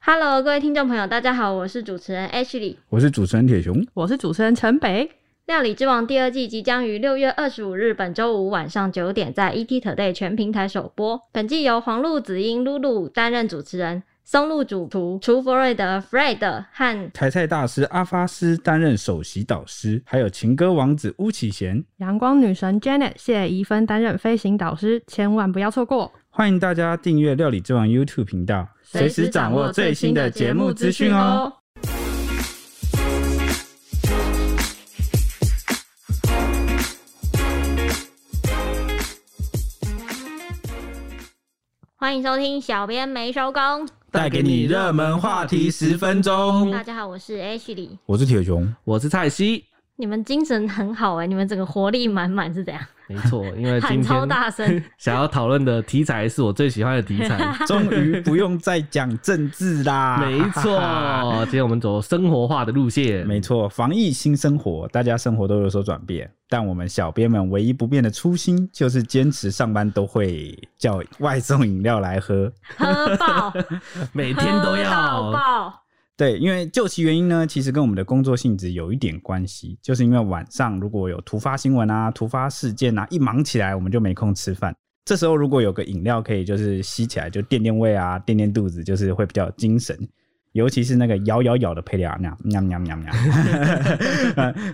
Hello，各位听众朋友，大家好，我是主持人 Ashley。我是主持人铁熊，我是主持人陈北。 《料理之王》第二季即将于六月二十五日本周五晚上九点在 ET Today 全平台首播。本季由黄璐、子英、露露担任主持人，松露主厨厨弗瑞德 Fred 和台菜大师阿发斯担任首席导师，还有情歌王子巫启贤。阳光女神 Janet 谢怡芬担任飞行导师，千万不要错过。欢迎大家订阅《料理之王》YouTube 频道，随时掌握最新的节目资讯哦。。欢迎收听《小编没收工》，带给你热门话题十分钟大。家好，我是 Ashley。我是铁 熊，。我是蔡西，你们精神很好哎、你们整个活力满满是怎 样？没错，因为喊今超天大声，想要讨论的题材是我最喜欢的题材 终于不用再讲政治啦。没错，今天我们走生活化的路线。 没错，防疫新生活，大家生活都有所转变，但我们小编们唯一不变的初心就是坚持上班都会叫外送饮料来喝。喝爆，每天都喝到要。爆。对，因为究其原因呢，其实跟我们的工作性质有一点关系，就是因为晚上如果有突发新闻啊、突发事件啊，一忙起来我们就没空吃饭。这时候如果有个饮料可以就是吸起来，就垫垫胃啊、垫垫肚子，就是会比较有精神。尤其是那个咬咬咬的配料啊，那样喵喵喵喵，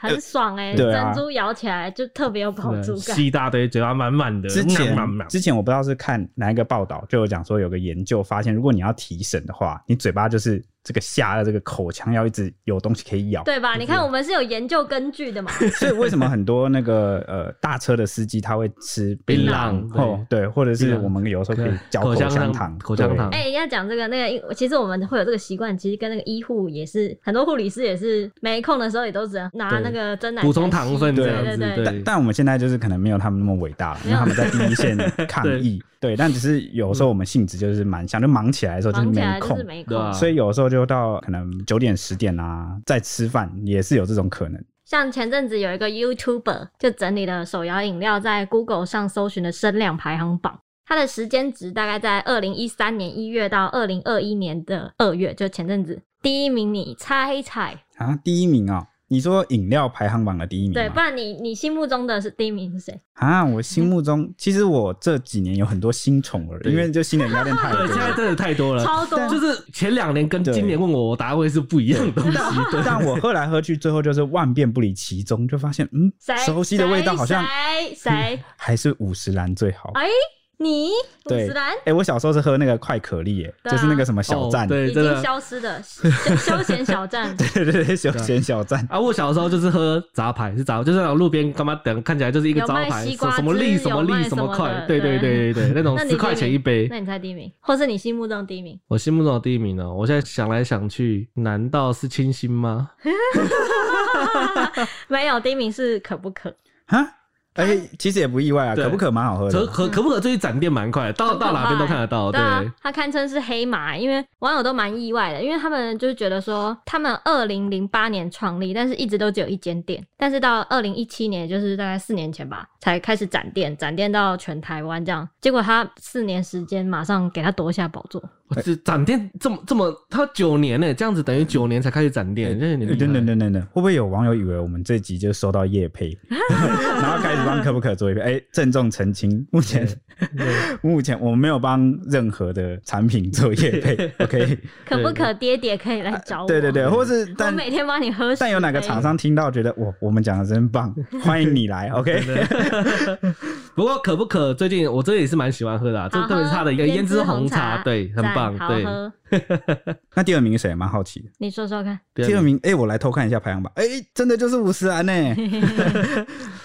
很爽哎、对啊珍珠咬起来就特别有饱足感。吸一大堆，嘴巴满满的。嗯之前满满。之前我不知道是看哪一个报道，就有讲说有个研究发现，如果你要提神的话，你嘴巴就是这个下颚这个口腔要一直有东西可以咬。对吧？你看，我们是有研究根据 的嘛。所以为什么很多那个呃大车的司机他会吃槟榔槟榔哦，对，或者是槟榔我们有时候可以嚼口香香糖糖，口香对糖哎、要讲这个那个，其实我们会有这个习惯，其实跟那个医护也是，很多护理师也是没空的时候也都只能拿对那个真奶补充来吸糖分这对样对子对对但但我们现在就是可能没有他们那么伟大了，因为他们在第一线 抗议，对，但只是有时候我们性质就是蛮像，就忙起来的时候就是忙起没来就空是，没对空啊。所以有时候就到可能九点十点啊再吃饭也是有这种可能。像前阵子有一个 YouTuber 就整理了手摇饮料在 Google 上搜寻的声量排行榜，它的时间值大概在二零一三年一月到二零二一年的二月，就前阵子第一名你猜一猜，啊，第一名啊、你说饮料排行榜的第一名对，吗不然你你心目中的是第一名是谁？啊，我心目中其实我这几年有很多新宠儿，对因为就新的饮料店太多嗯对，现在了。真的太多了，超多呃就是前两年跟今年问我，我答案会是不一样的东西。对但我喝来喝去，最后就是万变不离其宗，就发现嗯谁，熟悉的味道好像嗯谁谁还是五十岚最好。哎你五对十岚哎、我小时候是喝那个快可丽，哎、对啊就是那个什么小站，哦对，已真经的。消 失的休休闲小站， 对对对，休闲小站。 啊，我小时候就是喝杂牌，是杂，就是那种路边干嘛等，看起来就是一个有招卖牌，西什瓜什么利汁什么有卖利什么么快的，对对对对对对，那种那你十块第一钱名一杯。那你猜第一名，或是你心目中第一名？我心目中的第一名呢、哦我现在想来想去，难道是清新吗？没有，第一名是可不可？哈，哎、其实也不意外啊，对可不可蛮好喝可的。可可不可最近展店蛮快的，到很可怕到哪边都看得哦到。对，啊，它堪称是黑马，因为网友都蛮意外的，因为他们就是觉得说，他们二零零八年创立，但是一直都只有一间店，但是到二零一七年，也就是大概四年前吧，才开始展店，展店到全台湾这样，结果他四年时间马上给他夺下宝座，我这展店这么这么，他九年呢、这样子等于九年才开始展店，这有点等厉等等害。等等等，会不会有网友以为我们这集就收到叶配， 然后开始帮可不可做一个？哎、郑重澄清，目前 目前我们没有帮任何的产品做叶 配，OK？可不可爹爹可以来找我？对对对，或是我但每天帮你喝水。但有哪个厂商听到觉得哇，我们讲的真 棒，欢迎你来，OK？ 不过可不可最近我这也是蛮喜欢喝的、啊，这好喝特别是它的一个胭胭脂脂红茶，茶，对，很赞棒好，对。喝。那第二名是谁？蛮好奇的。你说说看，对第二名，哎、我来偷看一下排行榜，哎、真的就是五十岚呢。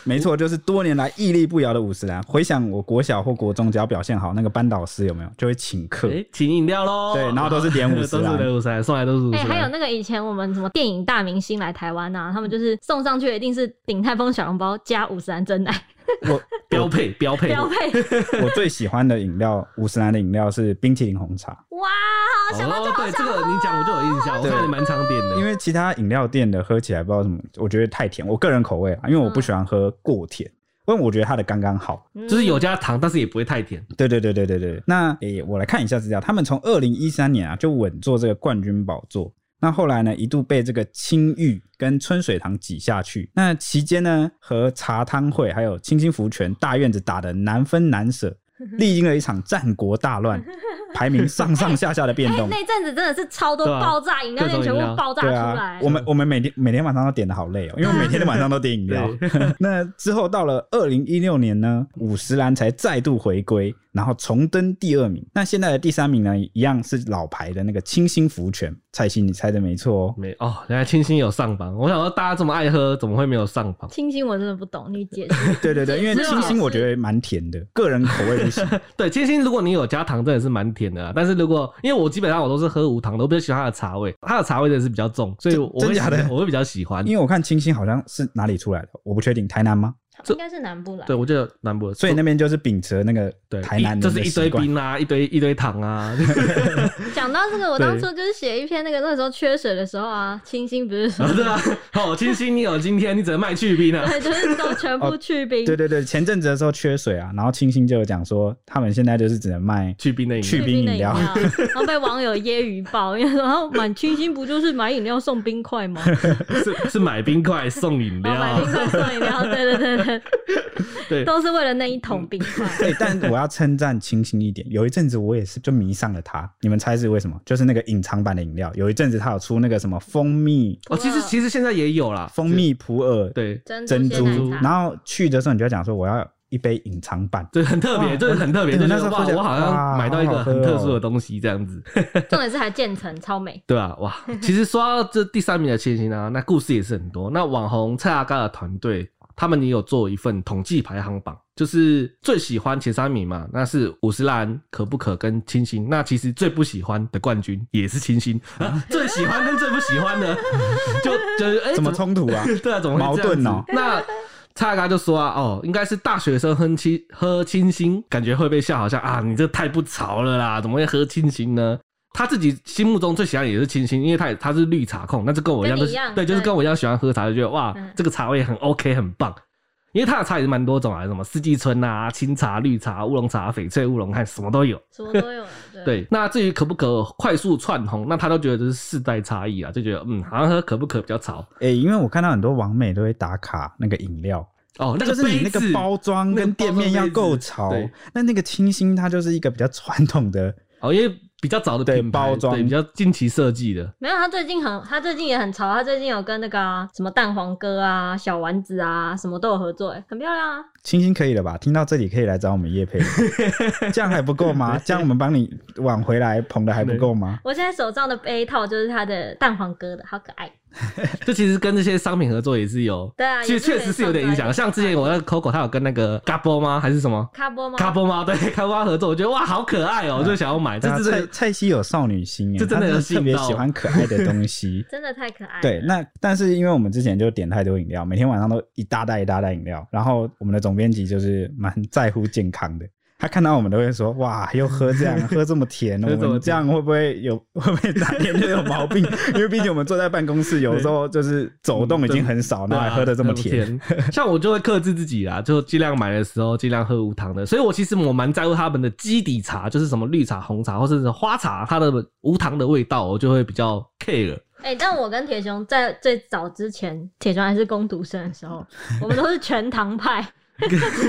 没错，就是多年来屹立不摇的五十岚。回想我国小或国中，只要表现好，那个班导师有没有就会请客？哎，请饮料喽。对然后都是点 五十都啦是点五十啦，啊送来都是五哎、十啦。还有那个以前我们什么电影大明星来台湾呐、他们就是送上去的一定是鼎泰丰小笼包加五十岚真 奶我标配标配标配。我最喜欢的饮料，五十岚的饮料是冰淇淋红茶，哇，好想到哦就，好对这想。个你讲我就有印象，我对看你蛮常点的，因为其他饮料店的喝起来不知道什么，我觉得太甜，我个人口味啊，因为我不喜欢喝过甜。因为我觉得它的刚刚好。 就是有加糖，但是也不会太甜。对对对对对对。那诶、我来看一下资料，他们从二零一三年啊就稳坐这个冠军宝座。那后来呢，一度被这个青玉跟春水堂挤下去。那期间呢，和茶汤会还有清心福全大院子打得难分难舍，历经了一场战国大乱，排名上上下下的变哎、动。那阵子真的是超多对啊爆炸饮料各店种全部饮料爆炸出对来啊，，我们我们每天每天晚上都点的好 累哦、因为我每天晚上都点饮料。 那之后到了二零一六年呢，五十岚才再度回归，然后重登第二名。那现在的第三名呢，一样是老牌的那个清新福泉。蔡欣，你猜的没错哦。没哦，原来清新有上榜。我想说，大家这么爱喝，怎么会没有上榜？清新我真的不懂，你解 释。对对对，因为没有清新是我觉得蛮甜的，个人口味不 行。对，清新如果你有加糖，真的是蛮甜的啊。但是如果因为我基本上我都是喝无糖的，我比较喜欢它的茶味，它的茶味真的是比较重，所以我真会假的喜我 会比较喜欢。因为我看清新好像是哪里出来的，我不确定，台南吗？他们应该是南部来，对，我觉得南部的，所以那边就是秉持那个对台南一人就的是一习堆惯。冰啊，一堆一堆糖 啊。讲到这个，我对当初就是写一篇那个那时候缺水的时候啊，清新不是说 啊对啊，好清新，你有今天，你只能卖去冰啊。对，就是都全部去冰，哦对对对，前阵子的时候缺水啊，然后清新就有讲说，他们现在就是只能卖去冰那饮料去去冰的饮饮料然后被网友揶揄爆， 因为然后满清新不就是买饮料送冰块 吗？然是是买冰块送饮后哦买料冰，块送饮料，对对对对，对都是为了那一桶冰 块。对，但我要称赞清新一点。有一阵子我也是就迷上了它，你们猜是为什么？就是那个隐藏版的饮料，有一阵子它有出那个什么蜂蜜哦，其实其实现在也有啦，蜂蜜普洱对珍珠鲜奶，茶然后去的时候你就要讲说我要一杯隐藏版，对，很特哇别，就是很特别，对就是那时候哇喝起来我好哇像买到一好个好喝很特哦殊的东西这样子， 重点是还渐层，超美。对啊，哇，其实说到这第三名的千星啊，那故事也是很多。那网红蔡阿嘎的团队，他们也有做一份统计排行榜，就是最喜欢前三名嘛，那是五十岚、可不可跟清新。那其实最不喜欢的冠军也是清新，啊、最喜欢跟最不喜欢的，就就是哎、怎么冲？冲突 啊？对啊，怎么会矛这样子盾哦那蔡阿嘎就说啊，哦，应该是大学生喝清喝清新，感觉会被笑，好像啊，你这太不潮了啦，怎么会喝清新呢？他自己心目中最喜欢也是清新，因为他也他是绿茶控，那就跟我一样，跟就你一是样对，就是对跟我一样喜欢喝茶，就觉得哇嗯，这个茶味很 OK，很棒。因为他的茶也是蛮多种啊，什么四季春啊、清茶、绿茶、乌龙茶、翡翠乌龙，看什么都有。什么都有了。对，对，那至于可不可快速窜红，那他都觉得这是世代差异啊，就觉得嗯，好像喝可不可比较潮诶、因为我看到很多网美都会打卡那个饮料，哦，那个就是你那杯子个包装那个跟店面要够包潮装杯子。那那个清新它就是一个比较传统的，哦，因为比较早的对品牌包装对比较近期设计的，没有他最近很，他最近也很潮，他最近有跟那个啊、什么蛋黄哥啊、小丸子啊，什么都有合作，哎，很漂亮啊。清新可以了吧？听到这里可以来找我们 叶佩，这样还不够吗？这样我们帮你挽回来捧的还不够吗？我现在手上的杯套就是他的蛋黄哥的，好可爱。这其实跟这些商品合作也是有，对啊其也实是可以确实是有点创影造一响。个像之前我那个 Coco，他有跟那个 Gabo 吗？还是什么卡波吗？。Gabo 吗？对 Gabo 合作，我觉得哇，好可爱哦，我嗯就想要买。这这这蔡这蔡西有少女心耶，这真的她有吸特引别到喜欢可爱的东西 真的太可爱了。对，那但是因为我们之前就点太多饮料，每天晚上都一大袋一大袋饮料，然后我们的总编辑就是蛮在乎健康的，他看到我们都会说：“哇，又喝这 样，喝这么甜，喝我这么甜们这样会不会有 会不会哪天就有毛 病？因为毕竟我们坐在办公室，有时候就是走动已经很少，对然后啊还喝的这么甜。这么甜像我就会克制自己啦，就尽量买的时候尽量喝无糖的。所以我其实我蛮在乎他们的基底茶，就是什么绿茶、红茶或者是花茶，它的无糖的味道，我就会比较 care。哎、但我跟铁熊在最早之前，铁熊还是攻读生的时 候，我们都是全糖派，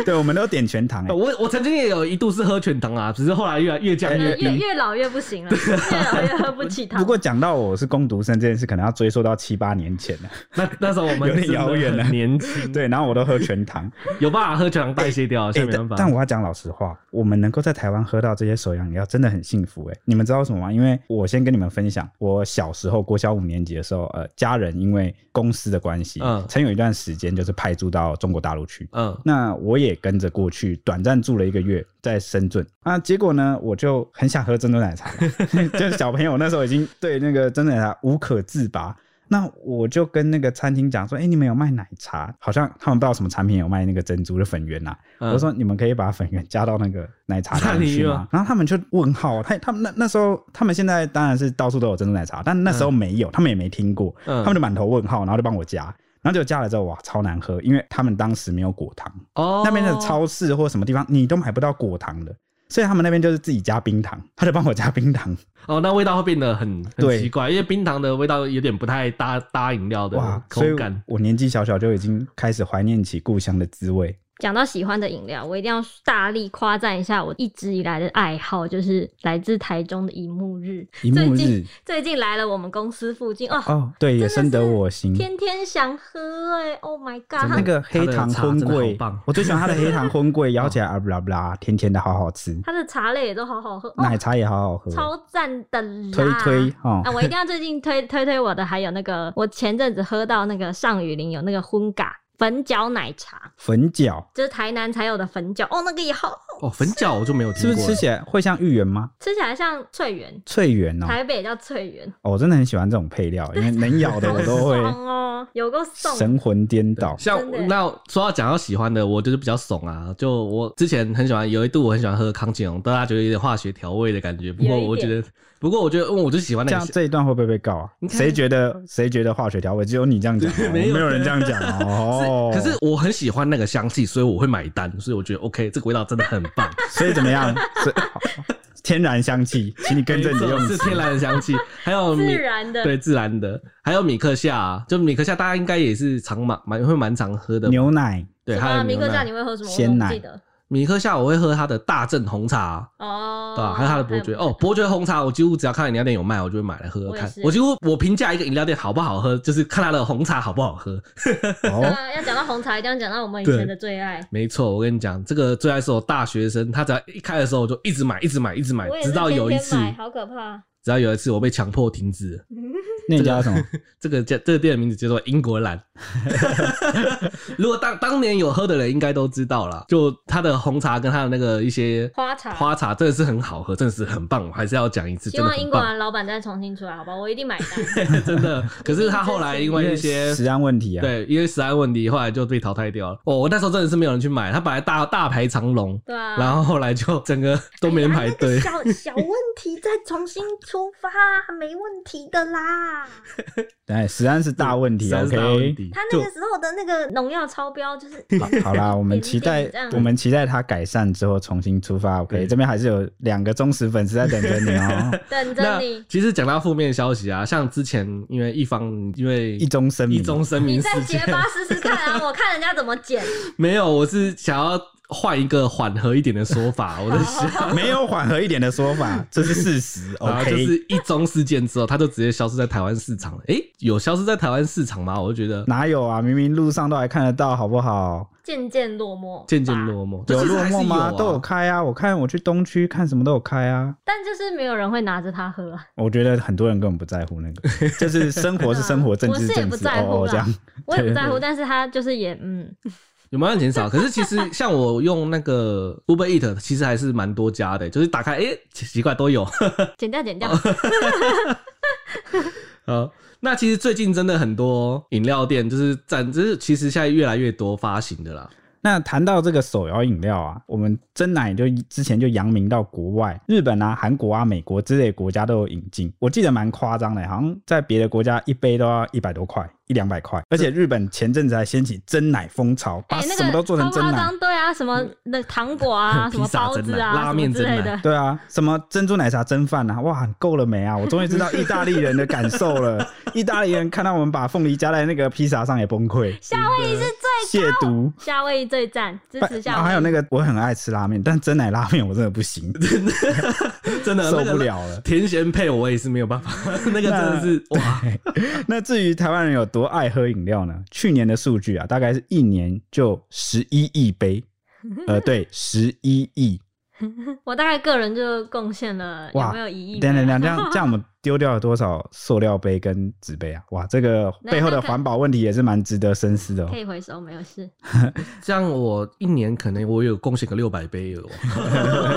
对，我们都点全哎糖、欸。哦我我曾经也有一度是喝全糖啊，只是后来越来越哎降越越越低。越老越不行了，越老越喝不起糖。啊 不过讲到我是攻读生这件事，可能要追溯到七八年前了。那那时候我们有点遥远了真的很年轻， 对，然后我都喝全 糖。有办法喝全糖代谢掉，啊现欸在没但办法。但我要讲老实话，我们能够在台湾喝到这些手摇饮料，真的很幸福哎、你们知道为什么吗？因为我先跟你们分享，我小时候国小五年级的时候，呃，家人因为公司的关系，嗯曾有一段时间就是派驻到中国大陆去。嗯，那我也跟着过去，短暂住了一个月在深圳啊。结果呢，我就很想喝珍珠奶茶 了，就是小朋友那时候已经对那个珍珠奶茶无可自拔。那我就跟那个餐厅讲说，哎、你们有卖奶茶？好像他们不知道什么产品有卖那个珍珠的粉圆呐、啊嗯我说你们可以把粉圆加到那个奶茶那里面你去有吗？然后他们就问号，啊他他们那那时候他们现在当然是到处都有珍珠奶茶，但那时候没有，他们也没听过，嗯他们就满头问号，然后就帮我加。然后就加了之后，哇，超难喝，因为他们当时没有果糖，哦，那边的超市或什么地方你都买不到果糖的，所以他们那边就是自己加冰糖， 他就帮我加冰糖，哦，那味道会变得很很对奇怪，因为冰糖的味道有点不太搭搭饮料的哇，口所以感。我年纪小小就已经开始怀念起故乡的滋味。讲到喜欢的饮料，我一定要大力夸赞一下我一直以来的爱好，就是来自台中的一幕日。一幕最日近最近来了我们公司附近哦，啊哦，对，真也的深得是我心。天天想喝哎、o h my 真 god！的它那个黑糖荤它的茶真的桂好棒，我最喜欢它的黑糖荤 桂，咬起来啊不啦不啦，甜甜的，好好吃，它的茶类也都好好喝，哦、奶茶也好好喝，超赞的推啦！推哦嗯啊，，我一定要最近推推推我的，还有那个我前阵子喝到那个上雨林有那个荤嘎粉饺奶茶，粉饺就是台南才有的粉饺哦，那个也好，哦，粉饺我就没有是听不过是了，吃起来会像芋圆吗？吃起来像脆圆，脆圆哦， 台北叫脆圆，哦我真的很喜欢这种配料，因为能咬的好我都 会爽哦，有够送神魂颠倒。像真的耶那说到讲到喜欢的，我就是比较怂啊。就我之前很喜欢，有一度我很喜欢喝康健哦龙，大家觉得有点化学调味的感觉。不过有一我觉点得，不过我觉得，嗯，我就喜欢这那样个。这一段会不会被告啊？谁觉得谁觉得化学调味？只有你这样讲哦，没有没有人这样 讲是哦。可是我很喜欢那个香气，所以我会买单，所以我觉得 OK，这个味道真的很棒，所以怎么样？所以 天然香气，请你 跟着你的没错用是词。天然的香气，还有自米然的，对自然的，还有米克夏、啊就米克夏大家应该也是常蛮蛮会蛮常喝的，牛奶对，什还么有啊米牛克夏奶你。会喝什么？鲜奶我都不记得米克夏我会喝它的大正红茶、哦，对吧、还有它的伯爵哦，伯爵红茶，我几乎只要看饮料店有卖，我就会买来喝喝我也看是。我几乎我评价一个饮料店好不好喝，就是看它的红茶好不好喝。 哦，那啊要讲到红茶，一定要讲到我们以前的最爱。没错，我跟你讲，这个最爱是我大学生，他只要一开的时候，我就一直买，一直买，一直买我，也是直到有一天次天，买好可怕！直到有一次我被强迫停止了。那家什么？这个叫这个店的名字叫做英 国蓝。如果当当年有喝的人应该都知道啦，就它的红茶跟它的那个一些花茶花茶真的是很好喝，真的是很棒，我还是要讲一次，希真的望英很国棒，人老板再重新出来，好吧？我一定 买单。真的。可是他后来因为 一些食安问题啊，对，因为食安问题，后来就被淘汰掉了。哦，我那时候真的是没有人去买，他本来大大排长龙，对啊，哎然后后来就整个都没人排队。小小问题再重新出发，没问题的啦。对，食安是大问题。实在是 OK，大问题他那就个时候的那个农药超标， 就是好啦，我们点期待点这样我们期待它改善之后重新出发。OK，对这边还是有两个忠实粉丝在等着你 哦，等着那你。其实讲到负面消息啊，像之前因为一方因为一中声明一中声你明再事结件，巴试试看啊！我看人家怎么剪。没有，我是想要换一个缓和一点的说法，我在想。 没有缓和一点的说法，这是事实。然后就 OK，是一中事件之后，它就直接消失在台湾市场了。诶、有消失在台湾市场吗？我就觉得哪有啊？明明路上都还看得到，好不好？渐渐落寞，啊渐渐落寞，有就是落还是寞吗？有啊都有开啊！我看我去东区看什么都有开 啊。但就是没有人会拿着它喝啊。我觉得很多人根本不在乎那个，就是生活是生活，政我治是是也政不治。在乎啊哦，哦啦这样我也不对在乎，对但是它就是也嗯，有慢慢减少。可是其实像我用那个 Uber Eat，其实还是蛮多家的，就是打开哎、诶奇奇怪都有。剪掉剪掉。呃，那其实最近真的很多饮料店就是展，就是其实现在越来越多发行的啦。 那谈到这个手摇饮料啊，我们真奶就之前就扬名到国外，日本啊、韩国啊、美国之类的国家都有引进。我记得蛮夸张的，好像在别的国家一杯都要一百多块，一两百块。而且日本前阵子还掀起真奶风潮， 把哎，那什么个都做成超真夸奶。张，对啊，什么那糖果 啊，什披么萨包蒸子奶啊，拉什么面之蒸类奶的。对啊，什么珍珠奶茶蒸饭啊，哇，够了没啊？我终于知道意大利人的感受 了。意大利人看到我们把凤梨加在那个披萨上也崩溃，夏威夷是最亵渎。夏威夷最赞，支持夏威夷。啊还有那个我很爱吃拉面，但真奶拉面我真的不行， 真的受不。那个了了。甜咸配我也是没有办法， 那个真的 是哇，那至于台湾人有多爱喝饮料呢？去年的数据啊，大概是一年就十一亿 杯，呃，对，十一亿。我大概个人就贡献了哇有没有一亿？等等等，这样这样我们丢掉了多少塑料杯跟纸杯啊？哇，这个背后的环保问题也是蛮值得深思的哦 可。以回收，没有事。这样我一年可能我有贡献个六百杯有，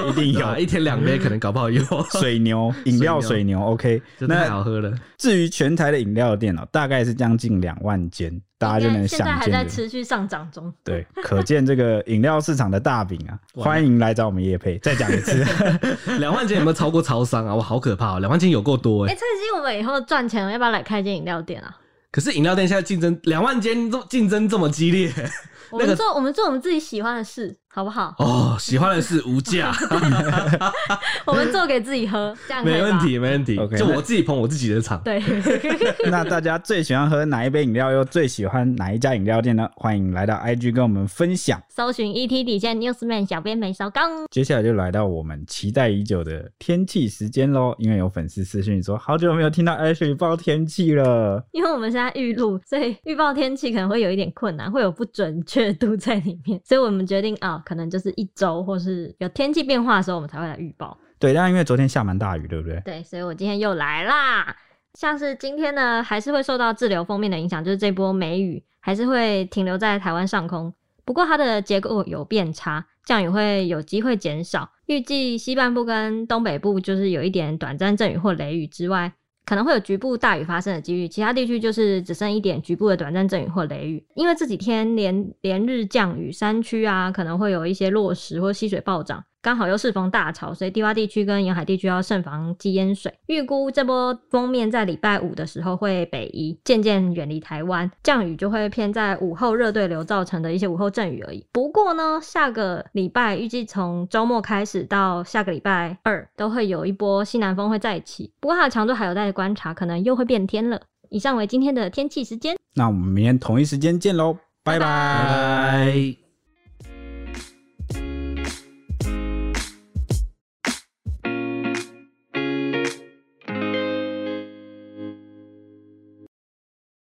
一定 有对啊一天两杯可能搞不好有， 水牛饮料水水牛，OK。 真的太好那喝了。至于全台的饮料店哦，大概是将近两万间，大家就能应该现在想还见在的持续上涨中。对，可见这个饮料市场的大饼啊，哇欢迎来找我们叶配。再讲一 次， 两万斤有没有超过超商啊？哇，好可怕哦！两万斤有够多哎哎，。蔡司，我们以后赚钱了要不要来开间饮料店啊？可是饮料店现在竞争两万间，都竞争这么激烈 我们做我们做我们自己喜欢的事，好不好？哦，喜欢的是无价，我们做给自己喝，这样可以没吧问。题，没问题。 OK，就那我自己捧我自己的场。对，那大家最喜欢喝哪一杯饮料，又最喜欢哪一家饮料店呢？欢迎来到 IG 跟我们分享。搜寻 ET 底线 Newsman 小编梅烧刚，接下来就来到我们期待已久的天气时间喽，因为有粉丝私讯说，好久没有听到 Ashley 报天气了。因为我们现在预录，所以预报天气可能会有一点困难，会有不准确度在里面，所以我们决定啊、可能就是一周或是有天气变化的时候，我们才会来预报。对，但因为昨天下蛮大雨，对不对？对，所以我今天又来啦。像是今天呢，还是会受到滞留封面的影响，就是这波梅雨还是会停留在台湾上空。不过它的结构有变差，降雨会有机会减少。预计西半部跟东北部就是有一点短暂阵雨或雷雨之外，可能会有局部大雨发生的几率，其他地区就是只剩一点局部的短暂阵雨或雷雨。因为这几天连连日降雨，山区啊可能会有一些落石或溪水暴涨，刚好又适逢大潮，所以低洼地区跟沿海地区要慎防积淹水。预估这波封面在礼拜五的时候会北移，渐渐远离台湾，降雨就会偏在午后热对流造成的一些午后阵雨而已。不过呢，下个礼拜预计从周末开始到下个礼拜二都会有一波西南风会再起，不过它的强度还有待观察，可能又会变天了。以上为今天的天气时间。那我们明天同一时间见喽，拜拜拜。